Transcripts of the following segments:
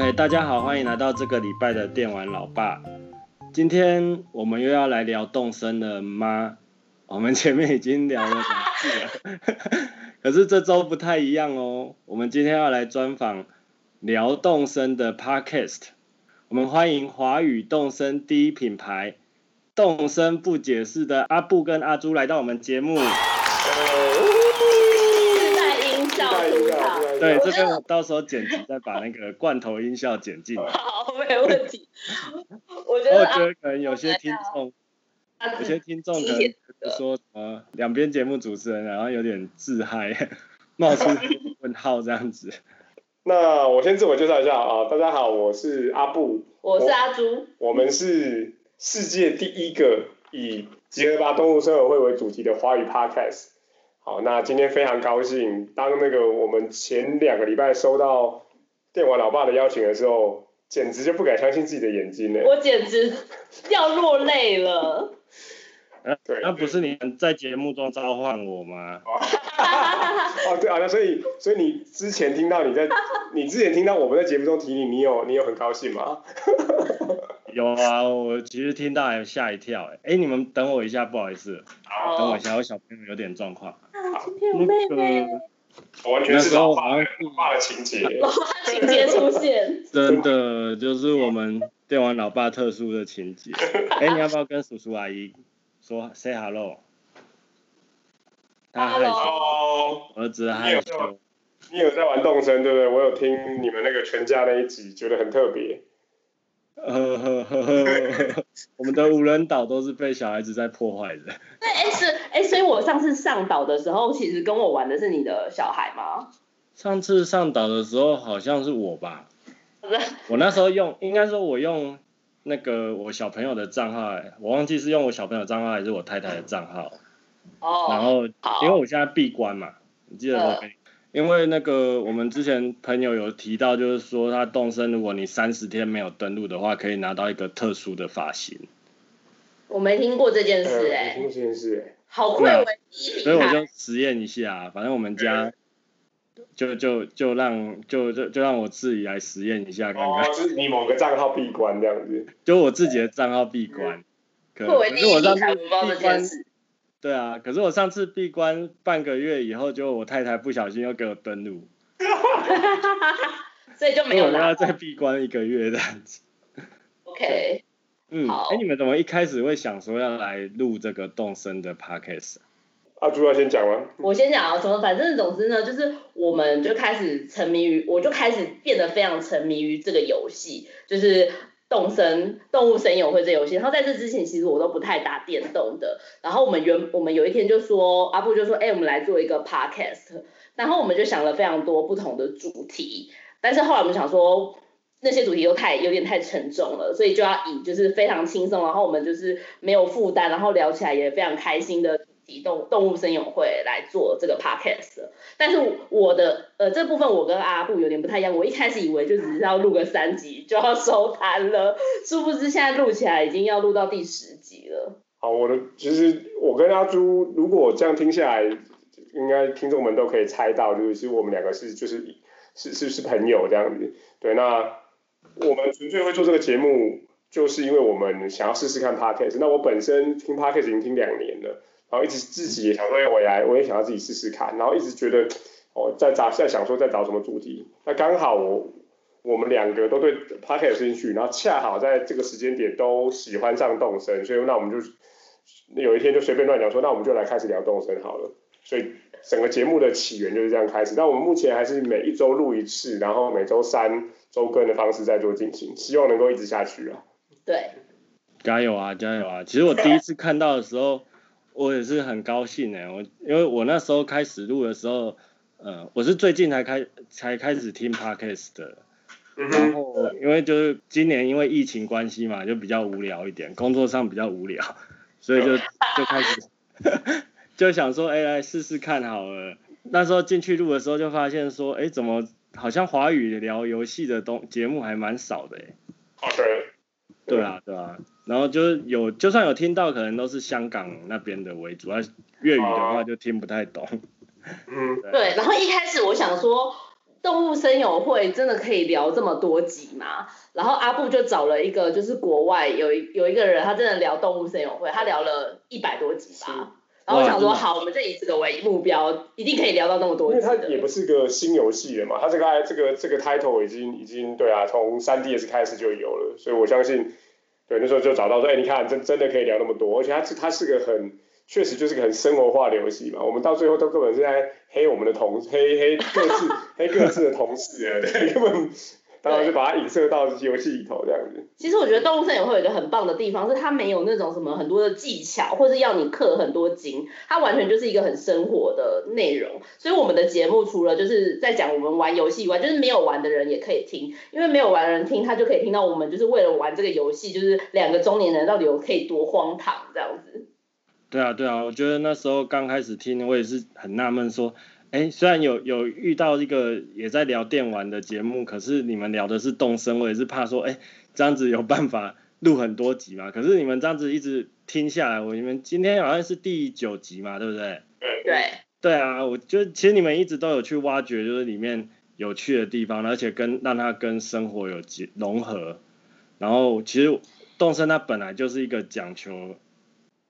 嗨，大家好，欢迎来到这个礼拜的电玩老爸。今天我们又要来聊动身了吗？我们前面已经聊了两次了， 可是这周不太一样哦。我们今天要来专访聊动身的 Podcast，我们欢迎华语动身第一品牌动身不解释的阿布跟阿朱来到我们节目。自带音效出场。对，这个我到时候剪辑再把那个罐头音效剪进来。 好，没问 题。哦我觉我得觉得可能有些听众，阿有紫些听众可能觉得说什么两边节目主持人，然后有点自嗨，冒出问号这样子。那我先自我介绍一下啊，大家好，我是阿布，我是阿朱，我们是世界第一个以吉尔巴动物生友会为主题的华语 podcast。好，那今天非常高兴，当那个我们前两个礼拜收到电玩老爸的邀请的时候，简直就不敢相信自己的眼睛呢。我简直要落泪了。对，呃那不是你们在节目中召唤我吗？哦，对啊，那所以所以你之前听到你在，你之前听到我们在节目中提你，你有你有很高兴吗？有啊，我其实听到还吓一跳、欸。哎、你们等我一下，不好意思，等我哦一，下，我小朋友有点状况。啊今天有妹哦 妹，我完那时候好像爸的情节。情节出现。 真的就是我们电玩老爸特殊的情节。哎、你要不要跟叔叔阿姨说 say hello？他害羞，哦。儿子害羞。你有在玩动森对不对？我有听你们那个全家那一集，觉得很特别。呵呵呵呵， 我们的无人岛都是被小孩子在破坏的。 对，哎是哎，所以我上次上岛的时候，其实跟我玩的是你的小孩吗？上次上岛的时候好像是我吧，我那时候用，应该说我用那个我小朋友的账号、我忘记是用我小朋友账号还是我太太的账号。然 哦，后好因为我现在闭关嘛，你记得我嗯因为那个我们之前朋友有提到，就是说他动身，如果你三十天没有登录的话，可以拿到一个特殊的发型，我没听过这件事，呃哎，我听过这件事好愧为第一所以品我牌。就实验一下啊、反正我们嗯家就就就让就就就让我自己来实验一下哎，看看，哦，就是你某个账号闭关这样子。就我自己的账号闭关，可愧嗯呃为可第是一我上品次牌，我不知道这闭关件事。对啊，可是我上次闭关半个月以后，就我太太不小心又给我登录，所以就所没以有我要啦。再闭关一个月这样子。 OK，嗯，好哎、你们怎么一开始会想说要来录这个动身的 podcast？啊阿朱要先讲完。我先讲啊，什么反正总之呢，就是我们就开始沉迷于，我就开始变得非常沉迷于这个游戏，就是动森动物森友会这游戏。然后在这之前，其实我都不太打电动的。然后我们原我们有一天就说，阿布就说，哎、我们来做一个 podcast。然后我们就想了非常多不同的主题，但是后来我们想说。那些主题都太有点太沉重了，所以就要以就是非常轻松，然后我们就是没有负担，然后聊起来也非常开心的以动动物森友会来做这个 podcast，的但是我的呃这部分我跟阿布有点不太一样，我一开始以为就只是要录个三集就要收摊了，殊不知现在录起来已经要录到第十集了。好，我的其实我跟阿朱，如果这样听下来，应该听众们都可以猜到，就是其实我们两个是就是是是是朋友这样子。对，那我们纯粹会做这个节目，就是因为我们想要试试看 podcast。那我本身听 podcast 已经听两年了，然后一直自己也想说，哎，我也来，我也想要自己试试看，然后一直觉得哦，在找在想说在找什么主题。那刚好我我们两个都对 podcast 有兴趣，然后恰好在这个时间点都喜欢上动身，所以那我们就有一天就随便乱聊说，那我们就来开始聊动身好了。所以整个节目的起源就是这样开始。但我们目前还是每一周录一次，然后每周三周更的方式在做进行，希望能够一直下去啊。对，加油啊，加油啊！其实我第一次看到的时候，我也是很高兴哎、我因为我那时候开始录的时候，呃，我是最近才开才开始听 podcast 的，嗯然，后因为就是今年因为疫情关系嘛，就比较无聊一点，工作上比较无聊， 所以就就开始 就想说，哎、来试试看好了。那时候进去录的时候就发现说，哎、怎么好像华语聊游戏的东节目还蛮少的、哎，好的，对啊，对啊。然后就是有，就算有听到，可能都是香港那边的为主，啊，粤语的话就听不太懂。嗯，对，然后一开始我想说，动物声友会真的可以聊这么多集吗？然后阿布就找了一个，就是国外有一有一个人，他真的聊动物声友会，他聊了一百多集是吧。然后我想说，哇真的好，我们就以这个为目标，一定可以聊到那么多因为集它也的。不是个新游戏了嘛，它这个这个这个 title 已经已经对啊，从3 DS 开始就有了，所以我相信，对那时候就找到说，哎，你看真真的可以聊那么多，而且它是它是个很确实就是个很生活化的游戏嘛，我们到最后都根本是在黑我们的同黑黑各自黑各自的同事啊，对，根本当然就把它影射到游戏里头这样子，其实我觉得动物声友会有一个很棒的地方，是它没有那种什么很多的技巧，或是要你刻很多经，它完全就是一个很生活的内容。所以我们的节目除了就是在讲我们玩游戏以外，就是没有玩的人也可以听，因为没有玩的人听，他就可以听到我们就是为了玩这个游戏，就是两个中年人到底有可以多荒唐这样子。对啊，对啊，我觉得那时候刚开始听，我也是很纳闷，说，哎，虽然有有遇到一个也在聊电玩的节目，可是你们聊的是动身，我也是怕说，哎，这样子有办法录很多集嘛？可是你们这样子一直听下来，我你们今天好像是第九集嘛，对不对？对，对啊，我就其实你们一直都有去挖掘，就是里面有趣的地方，而且跟让它跟生活有结融合。然后其实动森它本来就是一个讲求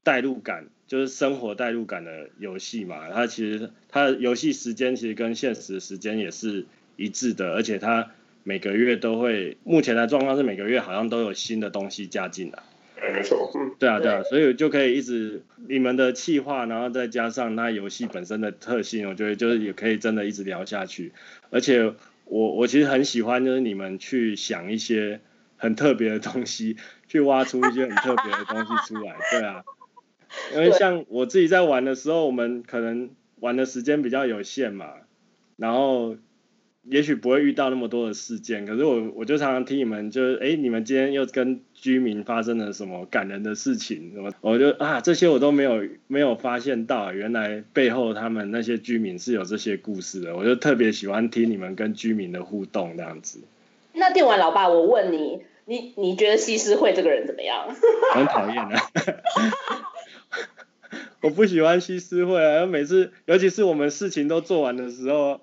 代入感，就是生活代入感的游戏嘛。它其实它的游戏时间其实跟现实时间也是一致的，而且它每个月都会，目前的状况是每个月好像都有新的东西加进来。哎，没错，嗯，对啊，对啊，所以我就可以一直你们的气化，然后再加上它游戏本身的特性，我觉得就是也可以真的一直聊下去。而且我我其实很喜欢，就是你们去想一些很特别的东西，去挖出一些很特别的东西出来。对啊，因为对像我自己在玩的时候，我们可能玩的时间比较有限嘛，然后也许不会遇到那么多的事件，可是我我就常常听你们就是，哎、你们今天又跟居民发生了什么感人的事情，什么，我就啊，这些我都没有没有发现到，原来背后他们那些居民是有这些故事的，我就特别喜欢听你们跟居民的互动这样子，那电玩老爸，我问你，你你觉得西施惠这个人怎么样？ 很讨厌的。 我不喜欢西施会啊，每次尤其是我们事情都做完的时候，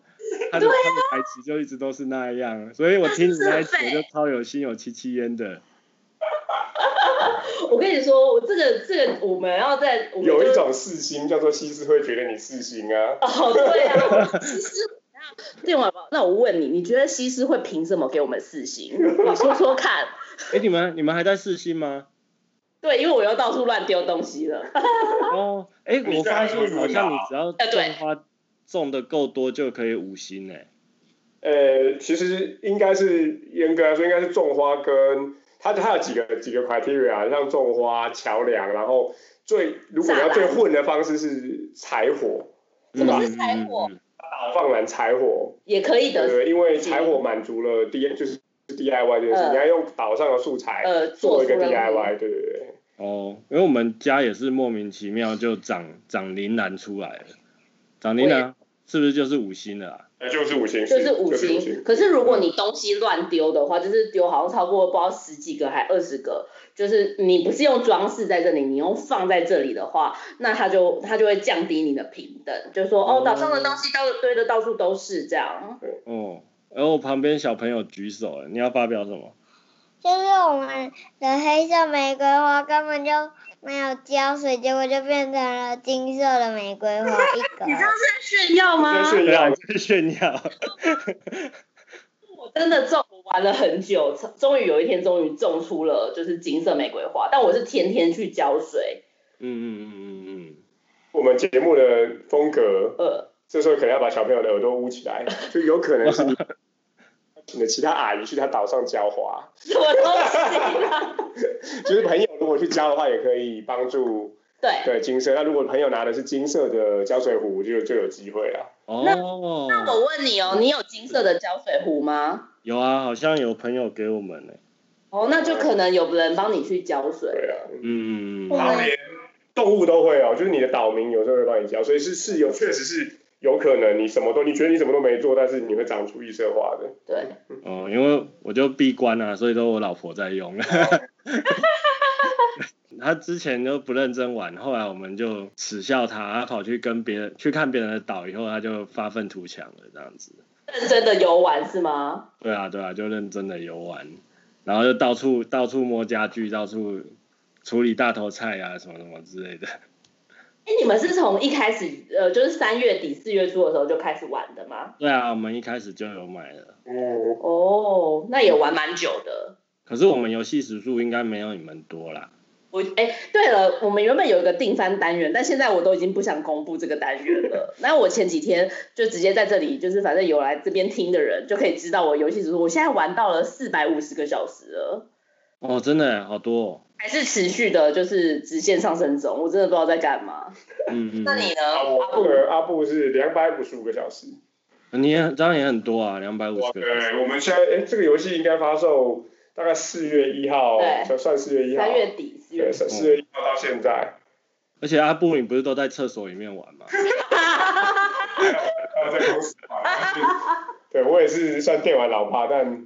他的、他的台词就一直都是那样，所以我听你那一集真是我很就废超有心有戚戚焉的。我跟你说，我这个这个我们要在我们有就一是种四星叫做西施会觉得你四星啊， 哦，对 啊，西施。电玩吧，那我问你，你觉得西施会凭什么给我们四星？ 你说说看。哎、你们你们还在试新吗？对，因为我又到处乱丢东西了。 哦，哎、你我这发样现好像你只要呃种对花种的够多就可以五星哎、呃，其实应该是严格来说，应该是种花跟它它有几个几个 criteria，啊像种花、桥梁，然后最如果你要最混的方式是柴火，什么是柴火嗯？嗯嗯放燃柴火，也可以的，呃，因为柴火满足了 D 就是 DIY 这件事，嗯你要用岛上的素材呃，做做一出个了 DIY，对对对。哦，因为我们家也是莫名其妙就长长铃兰出来了，长铃兰是不是就是五星了、啊？呃，就是五星，就是五五星。，可是如果你东西乱丢的话，就是丢好像超过不知道十几个还二十个，就是你不是用装饰在这里，你用放在这里的话，那它就它就会降低你的平等，就说哦哦，岛上的东西到堆的到处都是这样。哦，然后我旁边小朋友举手了，你要发表什么？就是我们的黑色玫瑰花根本就没有浇水，结果就变成了金色的玫瑰花一格。在炫耀吗在炫对啊，耀你，在炫耀。我真的种，我玩了很久，终于有一天终于种出了就是金色玫瑰花，但我是天天去浇水，嗯嗯嗯嗯我们节目的风格呃，这时候可能要把小朋友的耳朵捂起来，就有可能是你你的其他阿姨去他岛上浇花，什么东西啊？就是朋友如果去浇的话，也可以帮助对，对金色。那如果朋友拿的是金色的浇水壶，就就有机会啊了。嗯。那哦，那我问你哦，你有金色的浇水壶吗？有啊，好像有朋友给我们呢、哦，那就可能有人帮你去浇水。对啊，嗯嗯嗯，哇然后连动物都会哦，就是你的岛民有时候会帮你浇，所以是是有确实是有可能你什么都你觉得你什么都没做，但是你会长出异色花的。对，哦，因为我就闭关啊，所以都我老婆在哦用。 他之前都不认真玩，后来我们就耻笑他，他跑去跟别人去看别人的岛以后，他就发愤图强了这样子。认真的游玩是吗？对啊，对啊，就认真的游玩，然后就到处到处摸家具，到处处理大头菜啊，什么什么之类的。哎，你们是从一开始呃，就是三月底四月初的时候就开始玩的吗？对啊，我们一开始就有买了，嗯，哦，那也玩蛮久的。可是我们游戏时数应该没有你们多啦。我哎，对了，我们原本有一个定番单元，但现在我都已经不想公布这个单元了。那我前几天就直接在这里，就是反正有来这边听的人就可以知道我游戏指数，我现在玩到了四百五十个小时了，哦，真的耶好多、哦。还是持续的就是直线上升中，我真的不知道在干嘛。嗯嗯那你呢？啊，我那个阿布是两百五十五个小时。嗯，你也当然也很多啊，两百五十个小时。对，我们现在哎，这个游戏应该发售大概四月一号，哦对算算四月一号，三月底四月对，，四四月一号到现 在，而且阿布，你不是都在厕所里面玩吗？还有在公司玩。对我也是算电玩老爸，但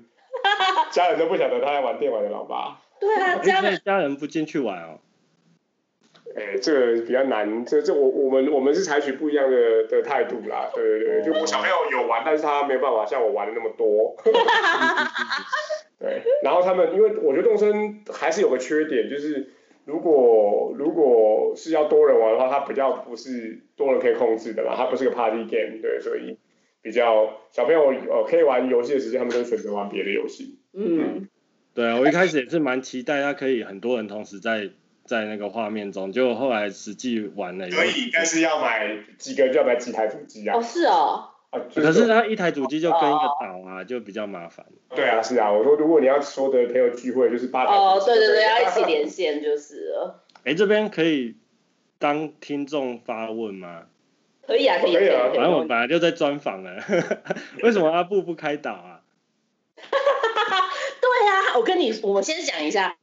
家人都不晓得他在玩电玩的老爸。对啊，哎家所人以家人不进去玩哦。哎，这个比较难，这这我我们我们是采取不一样的的态度啦，对对对，就我小朋友有玩，但是他没有办法像我玩的那么多。对，然后他们，因为我觉得动森还是有个缺点，就是如果如果是要多人玩的话，它比较不是多人可以控制的啦，它不是个 party game，对，所以比较小朋友呃可以玩游戏的时间，他们都选择玩别的游戏。嗯，对啊，我一开始也是蛮期待它可以很多人同时在在那个画面中，结果后来实际玩了以后，所以，但是要买几个，要买几台主机啊哦？是哦，啊，就可是它一台主机就跟一个岛啊，就比较麻烦。对啊，是啊，我说如果你要说的朋友聚会，就是八台主哦机。对对对，要一起连线就是了，哎，这边可以当听众发问吗？可以啊可以可以啊反正我本来就在专访了，为什么阿布不开导啊？对啊，我跟你，我们先讲一下。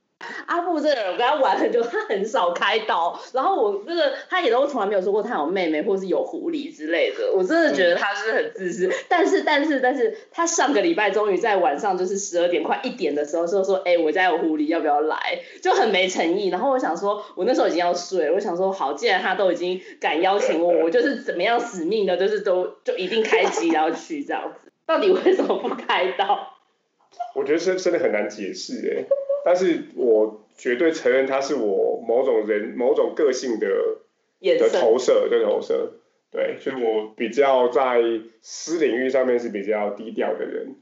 阿布这个人，我跟他玩很久，他很少开刀，然后我真的，他也都从来没有说过他有妹妹或是有狐狸之类的，我真的觉得他是很自私。但是，但是，但是他上个礼拜终于在晚上就是十二点快一点的时候说说，哎、我家有狐狸，要不要来？就很没诚意。然后我想说，我那时候已经要睡了，我想说，好，既然他都已经敢邀请我，我就是怎么样死命的，就是都就一定开机然后去这样子。到底为什么不开刀？ 我觉得真真的很难解释哎、但是我绝对承认它是我某种人某种个性的眼的神投射的投射，对，所以我比较在私领域上面是比较低调的人，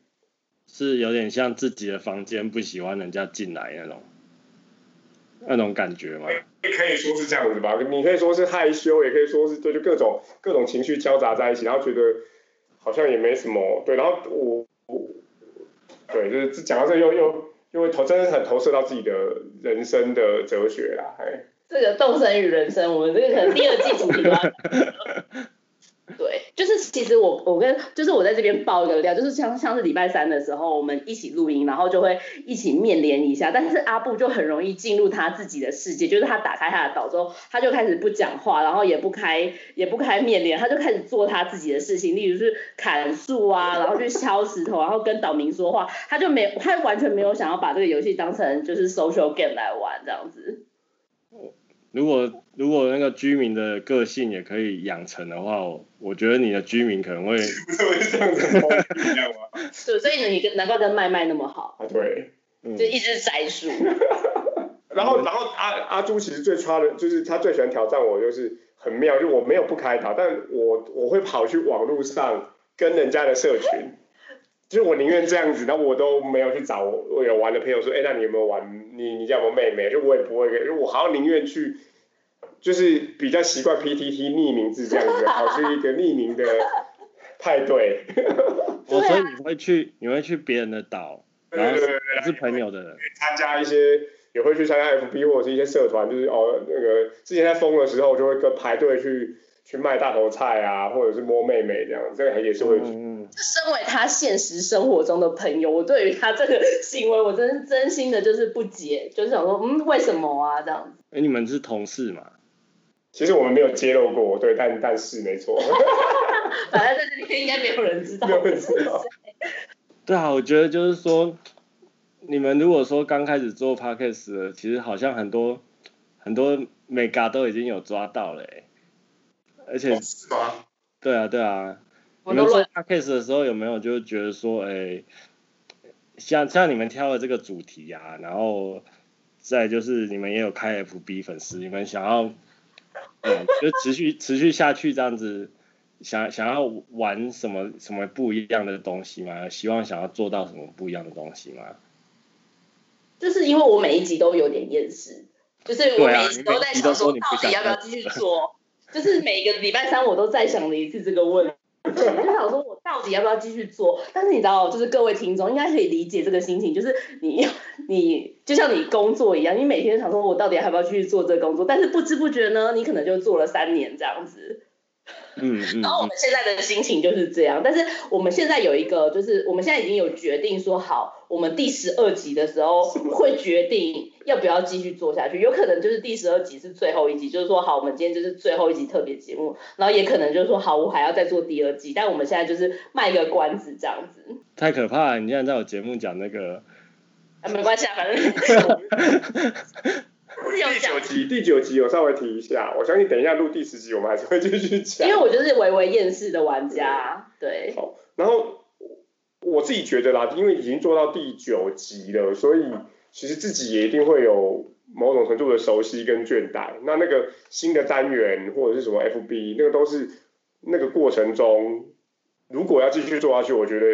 是有点像自己的房间不喜欢人家进来那种那种感觉吗？可以说是这样子吧，你可以说是害羞，也可以说是对，就各种各种情绪交杂在一起，然后觉得好像也没什么，对，然后我我对，就是讲到这又又又会投，真的很投射到自己的人生的哲学啦，哎。这个《动身与人生》，我们这个可能第二季主题吧。对，就是其实我我跟就是我在这边爆一个料，就是像像是礼拜三的时候，我们一起录音，然后就会一起面连一下，但是阿布就很容易进入他自己的世界，就是他打开他的岛之后，他就开始不讲话，然后也不开也不开面连，他就开始做他自己的事情，例如是砍树啊，然后去敲石头，然后跟岛民说话，他就没他完全没有想要把这个游戏当成就是 social game 来玩这样子。如果如果那个居民的个性也可以养成的话，我我觉得你的居民可能会不是会这样子的 方式一样吗？对，所以你跟难怪跟麦麦那么好，啊，对。嗯就一直栽树。嗯然后，然后阿阿朱其实最差的就是他最喜欢挑战我，就是很妙，就我没有不开导，但我我会跑去网络上跟人家的社群，就是我宁愿这样子，然后我都没有去找我我有玩的朋友说，哎，那你有没有玩？你你叫什么妹妹？就我也不会跟，就我好像宁愿去，就是比较习惯 PTT 匿名制这样子，跑去一个匿名的派对，哦，对啊所以你会去你会去别人的岛，对对然后对对对不是朋友的人，参加一些，也会去参加 FB 或者是一些社团，就是哦那个之前在疯的时候，就会跟排队去去卖大头菜啊，或者是摸妹妹这样，这个也是会。嗯嗯， 就身为他现实生活中的朋友，我对于他这个行为，我真是真心的就是不解，就是想说，嗯，为什么啊这样子？哎，你们是同事嘛？其实我们没有揭露过，对，但但是没 错，反正在这边应该没有人知道没。有人知道。对啊，我觉得就是说，你们如果说刚开始做 podcast，的其实好像很多很多哦 mega 都已经有抓到了、欸，而且是吗？对啊对啊， 我你都们做乱 podcast 的时候有没有就是觉得说，哎、像像你们挑的这个主题啊，然后再就是你们也有开 FB 粉丝，你们想要，嗯，就持续持续下去这样子，想想要玩什么什么不一样的东西吗？希望想要做到什么不一样的东西吗？就是因为我每一集都有点厌世，就是我对啊一集都在想说，到底要不要继续做？ 就是每个礼拜三我都再想了一次这个问题，我就想说我到底要不要继续做？但是你知道，就是各位听众应该可以理解这个心情，就是你 你就像你工作一样，你每天想说我到底还要不要继续做这个工作？但是不知不觉呢，你可能就做了三年这样子。嗯嗯然后我嗯们现在的心情就是这样，但是我们现在有一个，就是我们现在已经有决定说好，我们第十二集的时候会决定要不要继续做下去，有可能就是第十二集是最后一集，就是说好，我们今天就是最后一集特别节目，然后也可能就是说好，我还要再做第二季，但我们现在就是卖个关子这样子，太可怕了！你现在在我节目讲那个，啊，没关系啊，反 正是有第讲九。集，第九集有稍微提一下，我相信等一下录第十集，我们还是会继续讲因为。我就是微微厌世的玩家，啊对，好，然后我自己觉得啦，因为已经做到第九集了，所以其实自己也一定会有某种程度的熟悉跟倦怠。那那个新的单元或者是什么 FB，那个都是那个过程中，如果要继续做下去，我觉得。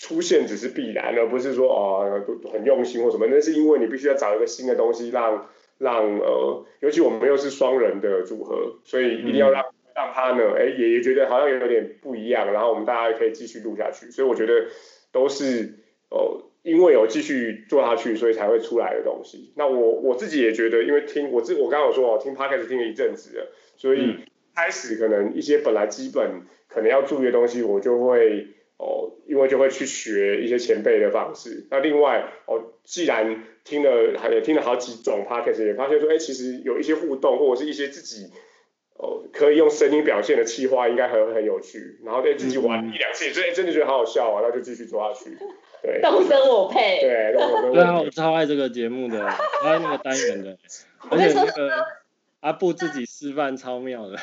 出现只是必然，而不是说哦很用心或什么，那是因为你必须要找一个新的东西让让呃，尤其我们又是双人的组合，所以一定要让、让他呢，哎也也觉得好像有点不一样，然后我们大家可以继续录下去，所以我觉得都是哦、因为有继续做下去，所以才会出来的东西。那我我自己也觉得，因为听我自我刚刚有说哦，听 podcast 听了一阵子了，所以嗯开始可能一些本来基本可能要注意的东西，我就会。哦，因为就会去学一些前辈的方式。那另外，哦，既然听了还也听了好几种 podcast，也发现说，哎，其实有一些互动或者是一些自己哦可以用声音表现的企划，应该很很有趣。然后再自己玩一两次，所以真的觉得好好笑啊，那就继续做下去。对动身我配，对，那我们对啊，我超爱这个节目的，超爱那个单元 的，而且那个阿布自己示范超妙的。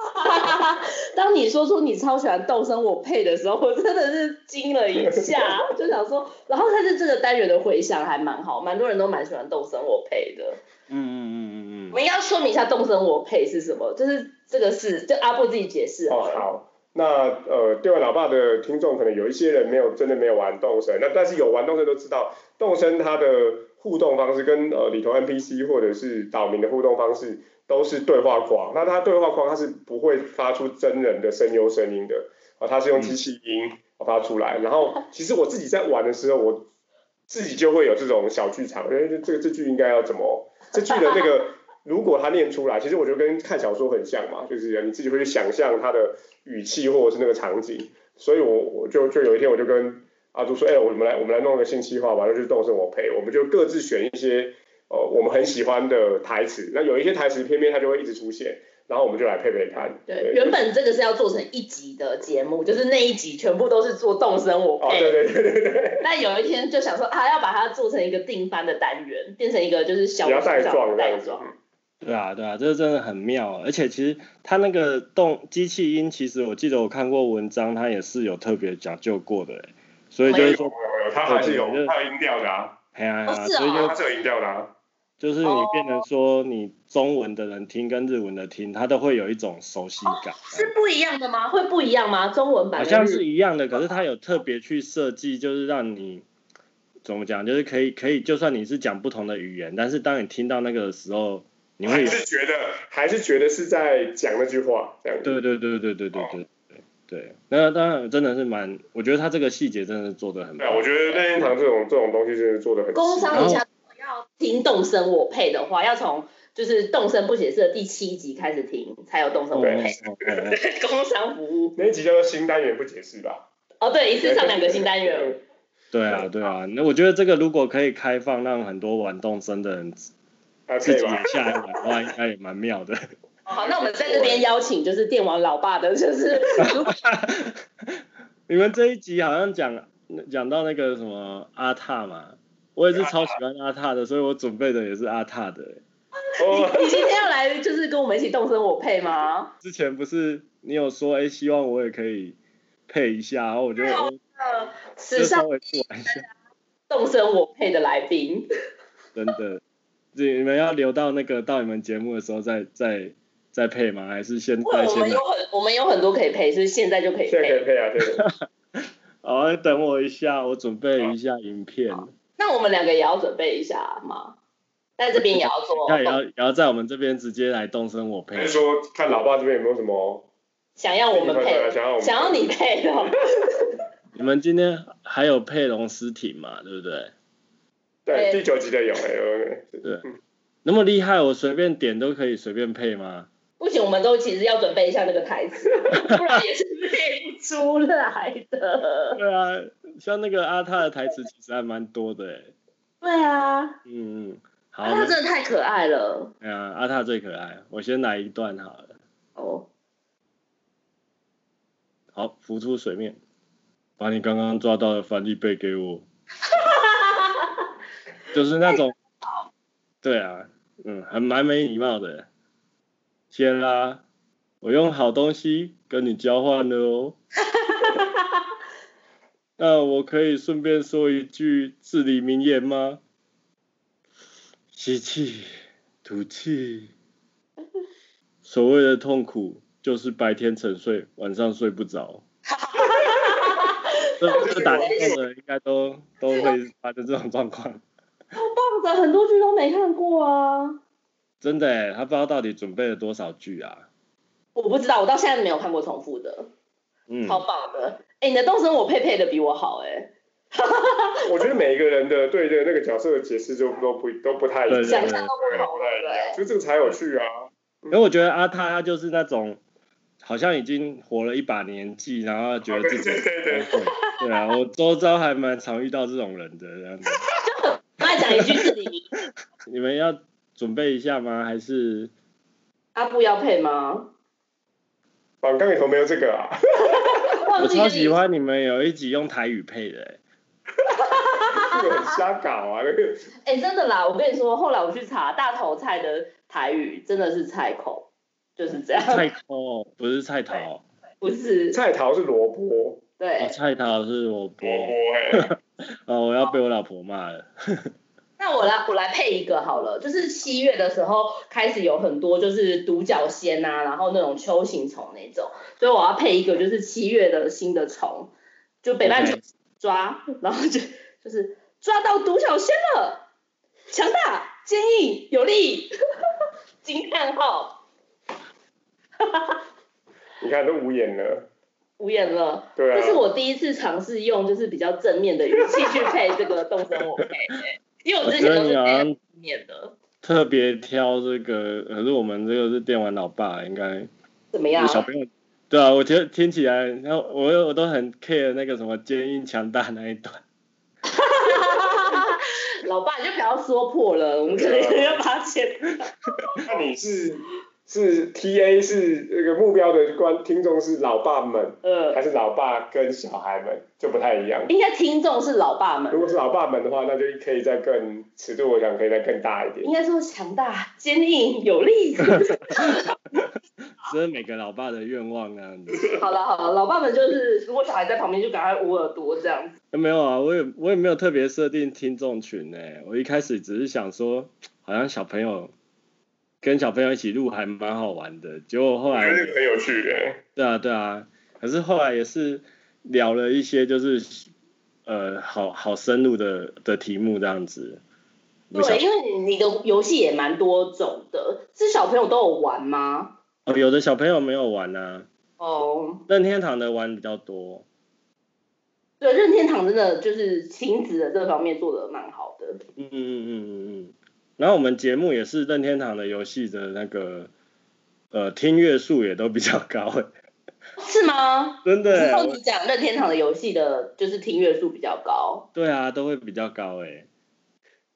哈哈哈！ 当你说出你超喜欢动身我配的时候，我真的是惊了一 下，就想说，然后但是这个单元的回响还蛮好，蛮多人都蛮喜欢动身我配的。嗯嗯嗯嗯我嗯，们应该要说明一下动身我配是什么，就是这个是就阿布自己解释好哦，了。好，那呃，电玩老爸的听众可能有一些人没有真的没有玩动森，那但是有玩动森都知道，动森它的互动方式跟呃里头 NPC 或者是岛民的互动方式都是对话框，那它对话框它是不会发出真人的声优声音的，啊、它是用机器音发出来。然后其实我自己在玩的时候，我自己就会有这种小剧场，哎，这这这句应该要怎么？这句的那个如果他念出来，其实我觉得跟看小说很像嘛，就是你自己会去想象他的语气或者是那个场景。所以我我就就有一天我就跟阿朱说，哎、我们来我们来弄个新企划吧，那就是动身我陪，我们就各自选一些呃我们很喜欢的台词，那有一些台词偏偏它就会一直出现，然后我们就来配配看。对，原本这个是要做成一集的节目，就是那一集全部都是做动身我哦，配。对对对对对。但有一天就想说啊，要把它做成一个定番的单元，变成一个就是小比较带小状这带样子。哦状。对啊对啊，这真的很妙，而且其实它那个动机器音，其实我记得我看过文章，它也是有特别讲究过的欸，所以就是说，有，它还是有，它有音调的啊，哎呀哦哎呀，是哦所以就它是有音调的啊。就是你变成说你中文的人听跟日文的听，它都会有一种熟悉感。哦是不一样的吗？会不一样吗？中文好版跟像日是一样的，可是它有特别去设计，就是让你怎么讲，就是可以可以，就算你是讲不同的语言，但是当你听到那个的时候，你会还有是觉得还是觉得是在讲那句话这样子。对对对对对对对对对。那当然真的是蛮，我觉得他这个细节真的是做的很对啊棒啊，。我觉得任天堂这种这种东西真的做的很细工商一下，如果要听动声我配的话，要从就是动声不解释的第七集开始听，才有动声哦我配。 哦哦哦工商服务那一集叫做新单元不解释吧？哦，对，一次上两个新单元，对啊对啊，那我觉得这个如果可以开放，让很多玩动森的人自还己可以吧也？下来玩的话，应该也蛮妙的。 好，那我们在这边邀请就是电玩老爸的，就是如果你们这一集好像讲讲到那个什么阿塔嘛，我也是超喜欢阿塔的，所以我准备的也是阿塔的、哦，你今天要来就是跟我们一起动声我配吗？之前不是你有说，哎、希望我也可以配一下，然后我就呃，就史稍上微去玩一下，动身我配的来宾，真的。你们要留到那个到你们节目的时候再再再配吗？还是现不然在我先们来有？很我们有很多可以配，所以现在就可以现在可以配。配啊，对对。哦，等我一下，我准备一下影片，那我们两个也要准备一下嘛，在这边也要做那也要也要在我们这边直接来动身我 配还是。说看老爸这边有没有什么想要我们配，想要我们想要你配的，你们今天还有配龙尸体嘛？对不对？对对第九集的有哎有，对，那么厉害，我随便点都可以随便配吗？不行，我们都其实要准备一下那个台 词，不然也是配不出来的。对啊，像那个阿他的台词其实还蛮多的哎。对啊，嗯，嗯，好，我他们真的太可爱了嗯、阿塔最可爱，我先来一段好了。哦。好，浮出水面，把你刚刚抓到的翻译背给我，就是那种，对啊，嗯，很蛮没礼貌的。天啦，我用好东西跟你交换了哦。那我可以顺便说一句至理名言吗？吸气，吐气。所谓的痛苦，就是白天沉睡，晚上睡不着。这这打电动的应该都都会发生这种状况。棒的很多剧都没看过啊，真的欸耶，他不知道到底准备了多少剧啊。我不知道，我到现在没有看过重复的，嗯，超棒的。哎、你的动身我配配的比我好哎、我觉得每一个人的对对那个角色的解释就都不都不太一对样，对想象都不同了，对不对？就这个才有趣啊。因为我觉得阿他他就是那种好像已经活了一把年纪，然后觉得自己 对对对对对啊，我周遭还蛮常遇到这种人的这样子。我来讲一句至理名言，你们要准备一下吗？还是阿布啊要配吗？反刚里头没有这个啊， 忘我记跟超你喜欢你们有一集用台语配的欸耶，这个很瞎搞啊，那个哎、真的啦，我跟你说，后来我去查大头菜的台语真的是菜口，就是这样，菜头不是菜头，不是菜桃是萝卜，哦对。菜头是我播萝卜哎，哦，我要被我老婆骂了。那我来我来配一个好了，就是七月的时候开始有很多就是独角仙啊，然后那种秋行虫那种，所以我要配一个就是七月的新的虫，就北半球 OK 抓，然后就就是抓到独角仙了，强大、坚硬、有力， 惊叹号。 你看都无言了，无言了。对啊这是我第一次尝试用就是比较正面的语气去配这个动身我配、欸，因为我之前都是配很负面 的。特别挑这个，可是我们这个是电玩老爸，应该怎么样？小朋友。对啊，我听听起来，然后我我都很 care 那个什么坚硬强大那一段。 老爸你就不要说破了，我们可能要把它剪掉。 那你是是 T A 是那个目标的观听众是老爸们，还呃，是老爸跟小孩们就不太一样。应该听众是老爸们如，果是老爸们的话，那就可以再更尺度，我想可以再更大一点应。该说强大、坚硬、有力。这是每个老爸的愿望啊那样子。好了好了，老爸们就是如果小孩在旁边就赶快捂耳朵这样子。没有啊，我也我也没有特别设定听众群诶、我一开始只是想说，好像小朋友跟小朋友一起录还蛮好玩的，结果后我来觉得这个很有趣的。对啊，对啊。可是后来也是聊了一些，就是呃，好好深入的的题目这样子。我想对，因为你的游戏也蛮多种的，是小朋友都有玩吗？哦，有的小朋友没有玩啊，哦，任天堂的玩比较多。对，任天堂真的就是亲子的这方面做的蛮好的。嗯嗯嗯嗯嗯。然后我们节目也是任天堂的游戏的那个呃听乐数也都比较高、欸，是吗？真的、之欸后。你讲任天堂的游戏的，就是听乐数比较高。对啊，都会比较高欸诶、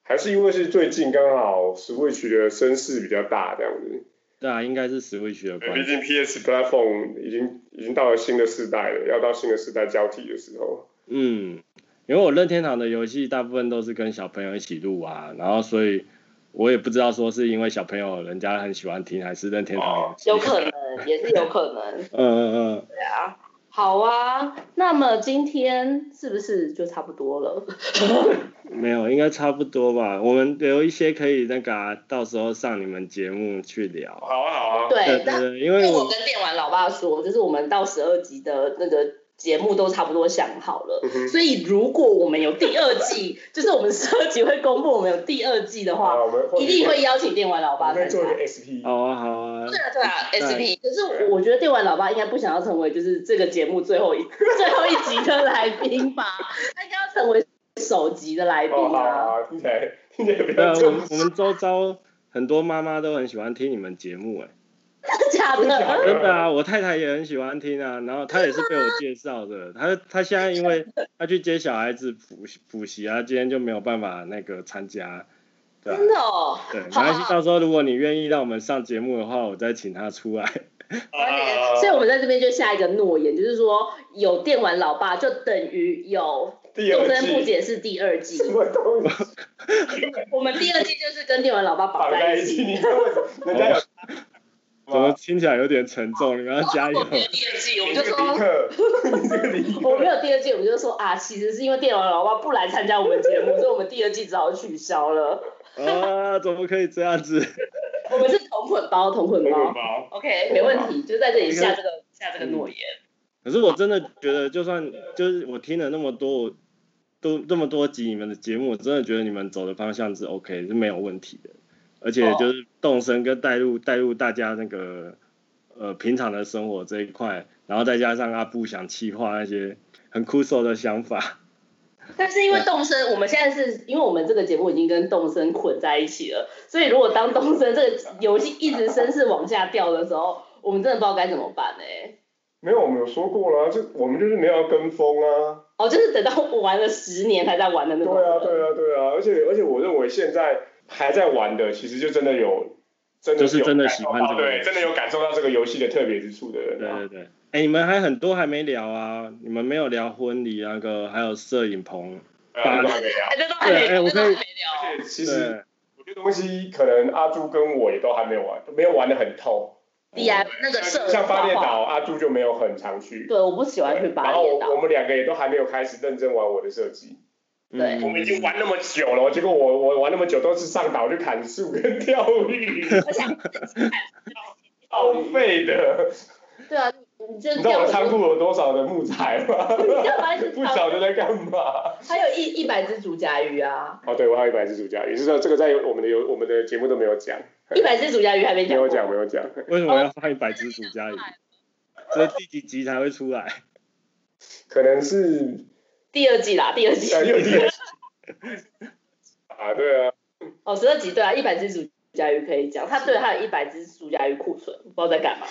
还是因为是最近刚好 Switch 的声势比较大这样子，对啊，应该是 Switch 的毕关系。竟 PS Platform 已经已经到了新的世代了，要到新的世代交替的时候，嗯，因为我任天堂的游戏大部分都是跟小朋友一起录啊，然后所以我也不知道说是因为小朋友人哦家很喜欢听，还是任天堂游戏。有可能，也是有可能。嗯嗯嗯。对啊，好啊，那么今天是不是就差不多了？没有，应该差不多吧。我们留一些可以那个啊、到时候上你们节目去聊。好啊，好啊，对对，对那对，因因为为我我跟电玩老爸说，就是我们到十二集的那个节目都差不多想好了。嗯哼，所以，如果我们有第二 季，就是我们十二集会公布我们有第二季的话，啊，我们一定会邀请电玩老爸我参们加。做一个嗯对 SP，好啊好啊，啊，对啊对，SP。可是我觉得电玩老爸应该不想要成为就是这个节目最后一 最后一集的来宾吧？他应该要成为首集的来宾哦，好啊，啊。好啊听起来听起来比对较啊，我重们我们周遭很多妈妈都很喜欢听你们节目哎、假真的假的？真的啊，我太太也很喜欢听啊，然后她也是被我介绍的，她她现在因为她去接小孩子补习补习啊，今天就没有办法那个参加，对啊、真的哦。对，没好关好系，到时候如果你愿意让我们上节目的话，我再请她出来。啊所以，我们在这边就下一个诺言，就是说有电玩老爸就等于有第动二森不季解是第二季什。么东西我们第二季就是跟电玩老爸绑绑在在一一起？ 起。你知道为什么人家有 怎么听起来有点沉重？你们要加油啊我！们有第二季，我你们这就个说尼克，你这个尼我们克，有第二季，我们就说啊，其实是因为电玩老爸不来参加我们啊节目，所以我们第二季只好取消了。啊，怎么可以这样子？我们是同捆包，同捆没有包。吧？ OK，没问题，就在这里下这个下这个诺言。可是我真的觉得，就算就是我听了那么多，我都这么多集你们的节目，我真的觉得你们走的方向是 OK，是没有问题的。而哦且就是动身跟带入带入大家那个呃平常的生活这一块，然后再加上阿布想气化那些很酷手的想 法，但是因为动森，我们现在是因为我们这个节目已经跟动森捆在一起了，所以如果当动森这个游戏一直声势往下掉的时候，我们真的不知道该怎么办哎、没有，我们有说过了啊，就我们就是没有要跟风啊。哦，就是等到我玩了十年才在玩的那种。对啊，对啊，对啊，而且而且我认为现在还在玩的，其实就真的有，真的就是有真的感喜受欢到这个对，真的有感受到这个游戏的特别之处的对人、啊。对对。哎、你们还很多还没聊啊！你们没有聊婚礼那个，还有摄影棚。对啊，对啊。哎，这都还对，哎、没，这我都可还以。没聊。而且其实对，有些东西可能阿朱跟我也都还没有玩，没有玩的很透。 DI 啊那个社像画发电画岛，阿朱就没有很常去。对，我不喜欢去然巴后厘我岛。们两个也都还没有开始认真玩我的设计，对嗯我们已经玩那么久了，结果我我玩那么久都是上岛去砍树跟钓 鱼，而且耗费的。对啊，你就你知道掉我很仓多，库有多少的木材吗？你干嘛一直 不晓得在干嘛。还有一一百只竹夹鱼啊，哦，对，我还有一百只主角，也是说这个在我们的有我们的节目都没有讲，一百只竹夹鱼还没没讲过有讲，没有讲。为什么哦要放一百只主家鱼？这第几集才会出来？可能是 第二季啦，第二季呃又第二集 啊，对啊，哦，十二集对啊，一百只竹夹鱼可以讲，他对他有一百只竹夹鱼库存，不知道在干嘛。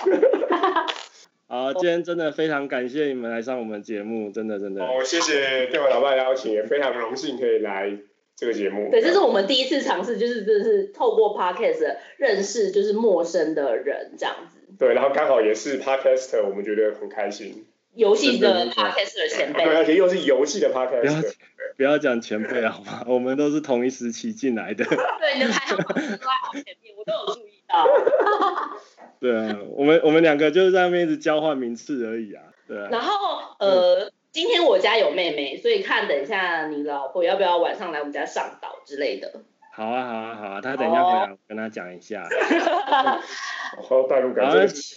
好，今天真的非常感谢你们来上我们节目，真的真的。哦，谢谢电玩老爸的邀请，也非常荣幸可以来这个节目。对，这是我们第一次尝试，就是真的是透过 podcast 认识就是陌生的人这样子，对，然后刚好也是 podcaster，我们觉得很开心。啊游戏的真的真的 podcast 的前对，而辈。且又是游戏的不要 podcaster， 不要讲前辈好吗？ 我们都是同一时期进来的。 对，你的排行榜都在好前面，我都有注意到。对啊，我们我们两个就是在那边一直交换名次而已啊。对啊，然后呃，今天我家有妹妹，所以看等一下你老婆要不要晚上来我们家上岛之类的。好啊好啊好啊，他等一下回来，我跟他讲一下。好代入感，好真的是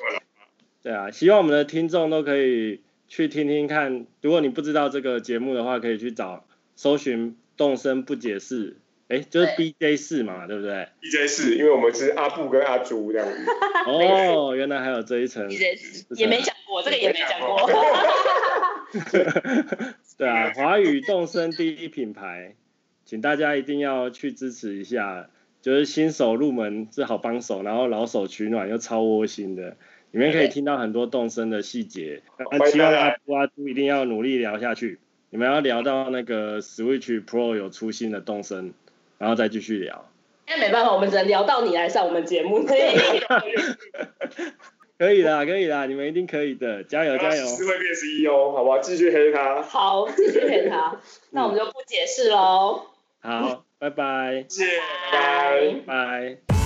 对啊，希望我们的听众都可以去听听看。如果你不知道这个节目的话，可以去找搜寻“动声不解释”，哎，就是对 BJ 四嘛，对不对？ DJ 四，因为我们是阿布跟阿朱这样子。哦，原来还有这一层。也也没讲过，这个也没讲过。 对啊，华语动森第一品牌，请大家一定要去支持一下，就是新手入门是好帮手，然后老手取暖又超窝心的，里面可以听到很多动森的细节。那希望阿布阿朱一定要努力聊下去，你们要聊到那个 Switch Pro 有出新的动森，然后再继续聊。 现在没办法，我们只能聊到你来上我们节目。所以可以啦，可以啦，你们一定可以的，加油加油！是会变 CEO，好不好？继续黑他，好，谢谢他。那哦我们就不解释喽，好，拜拜谢谢，拜拜拜。拜。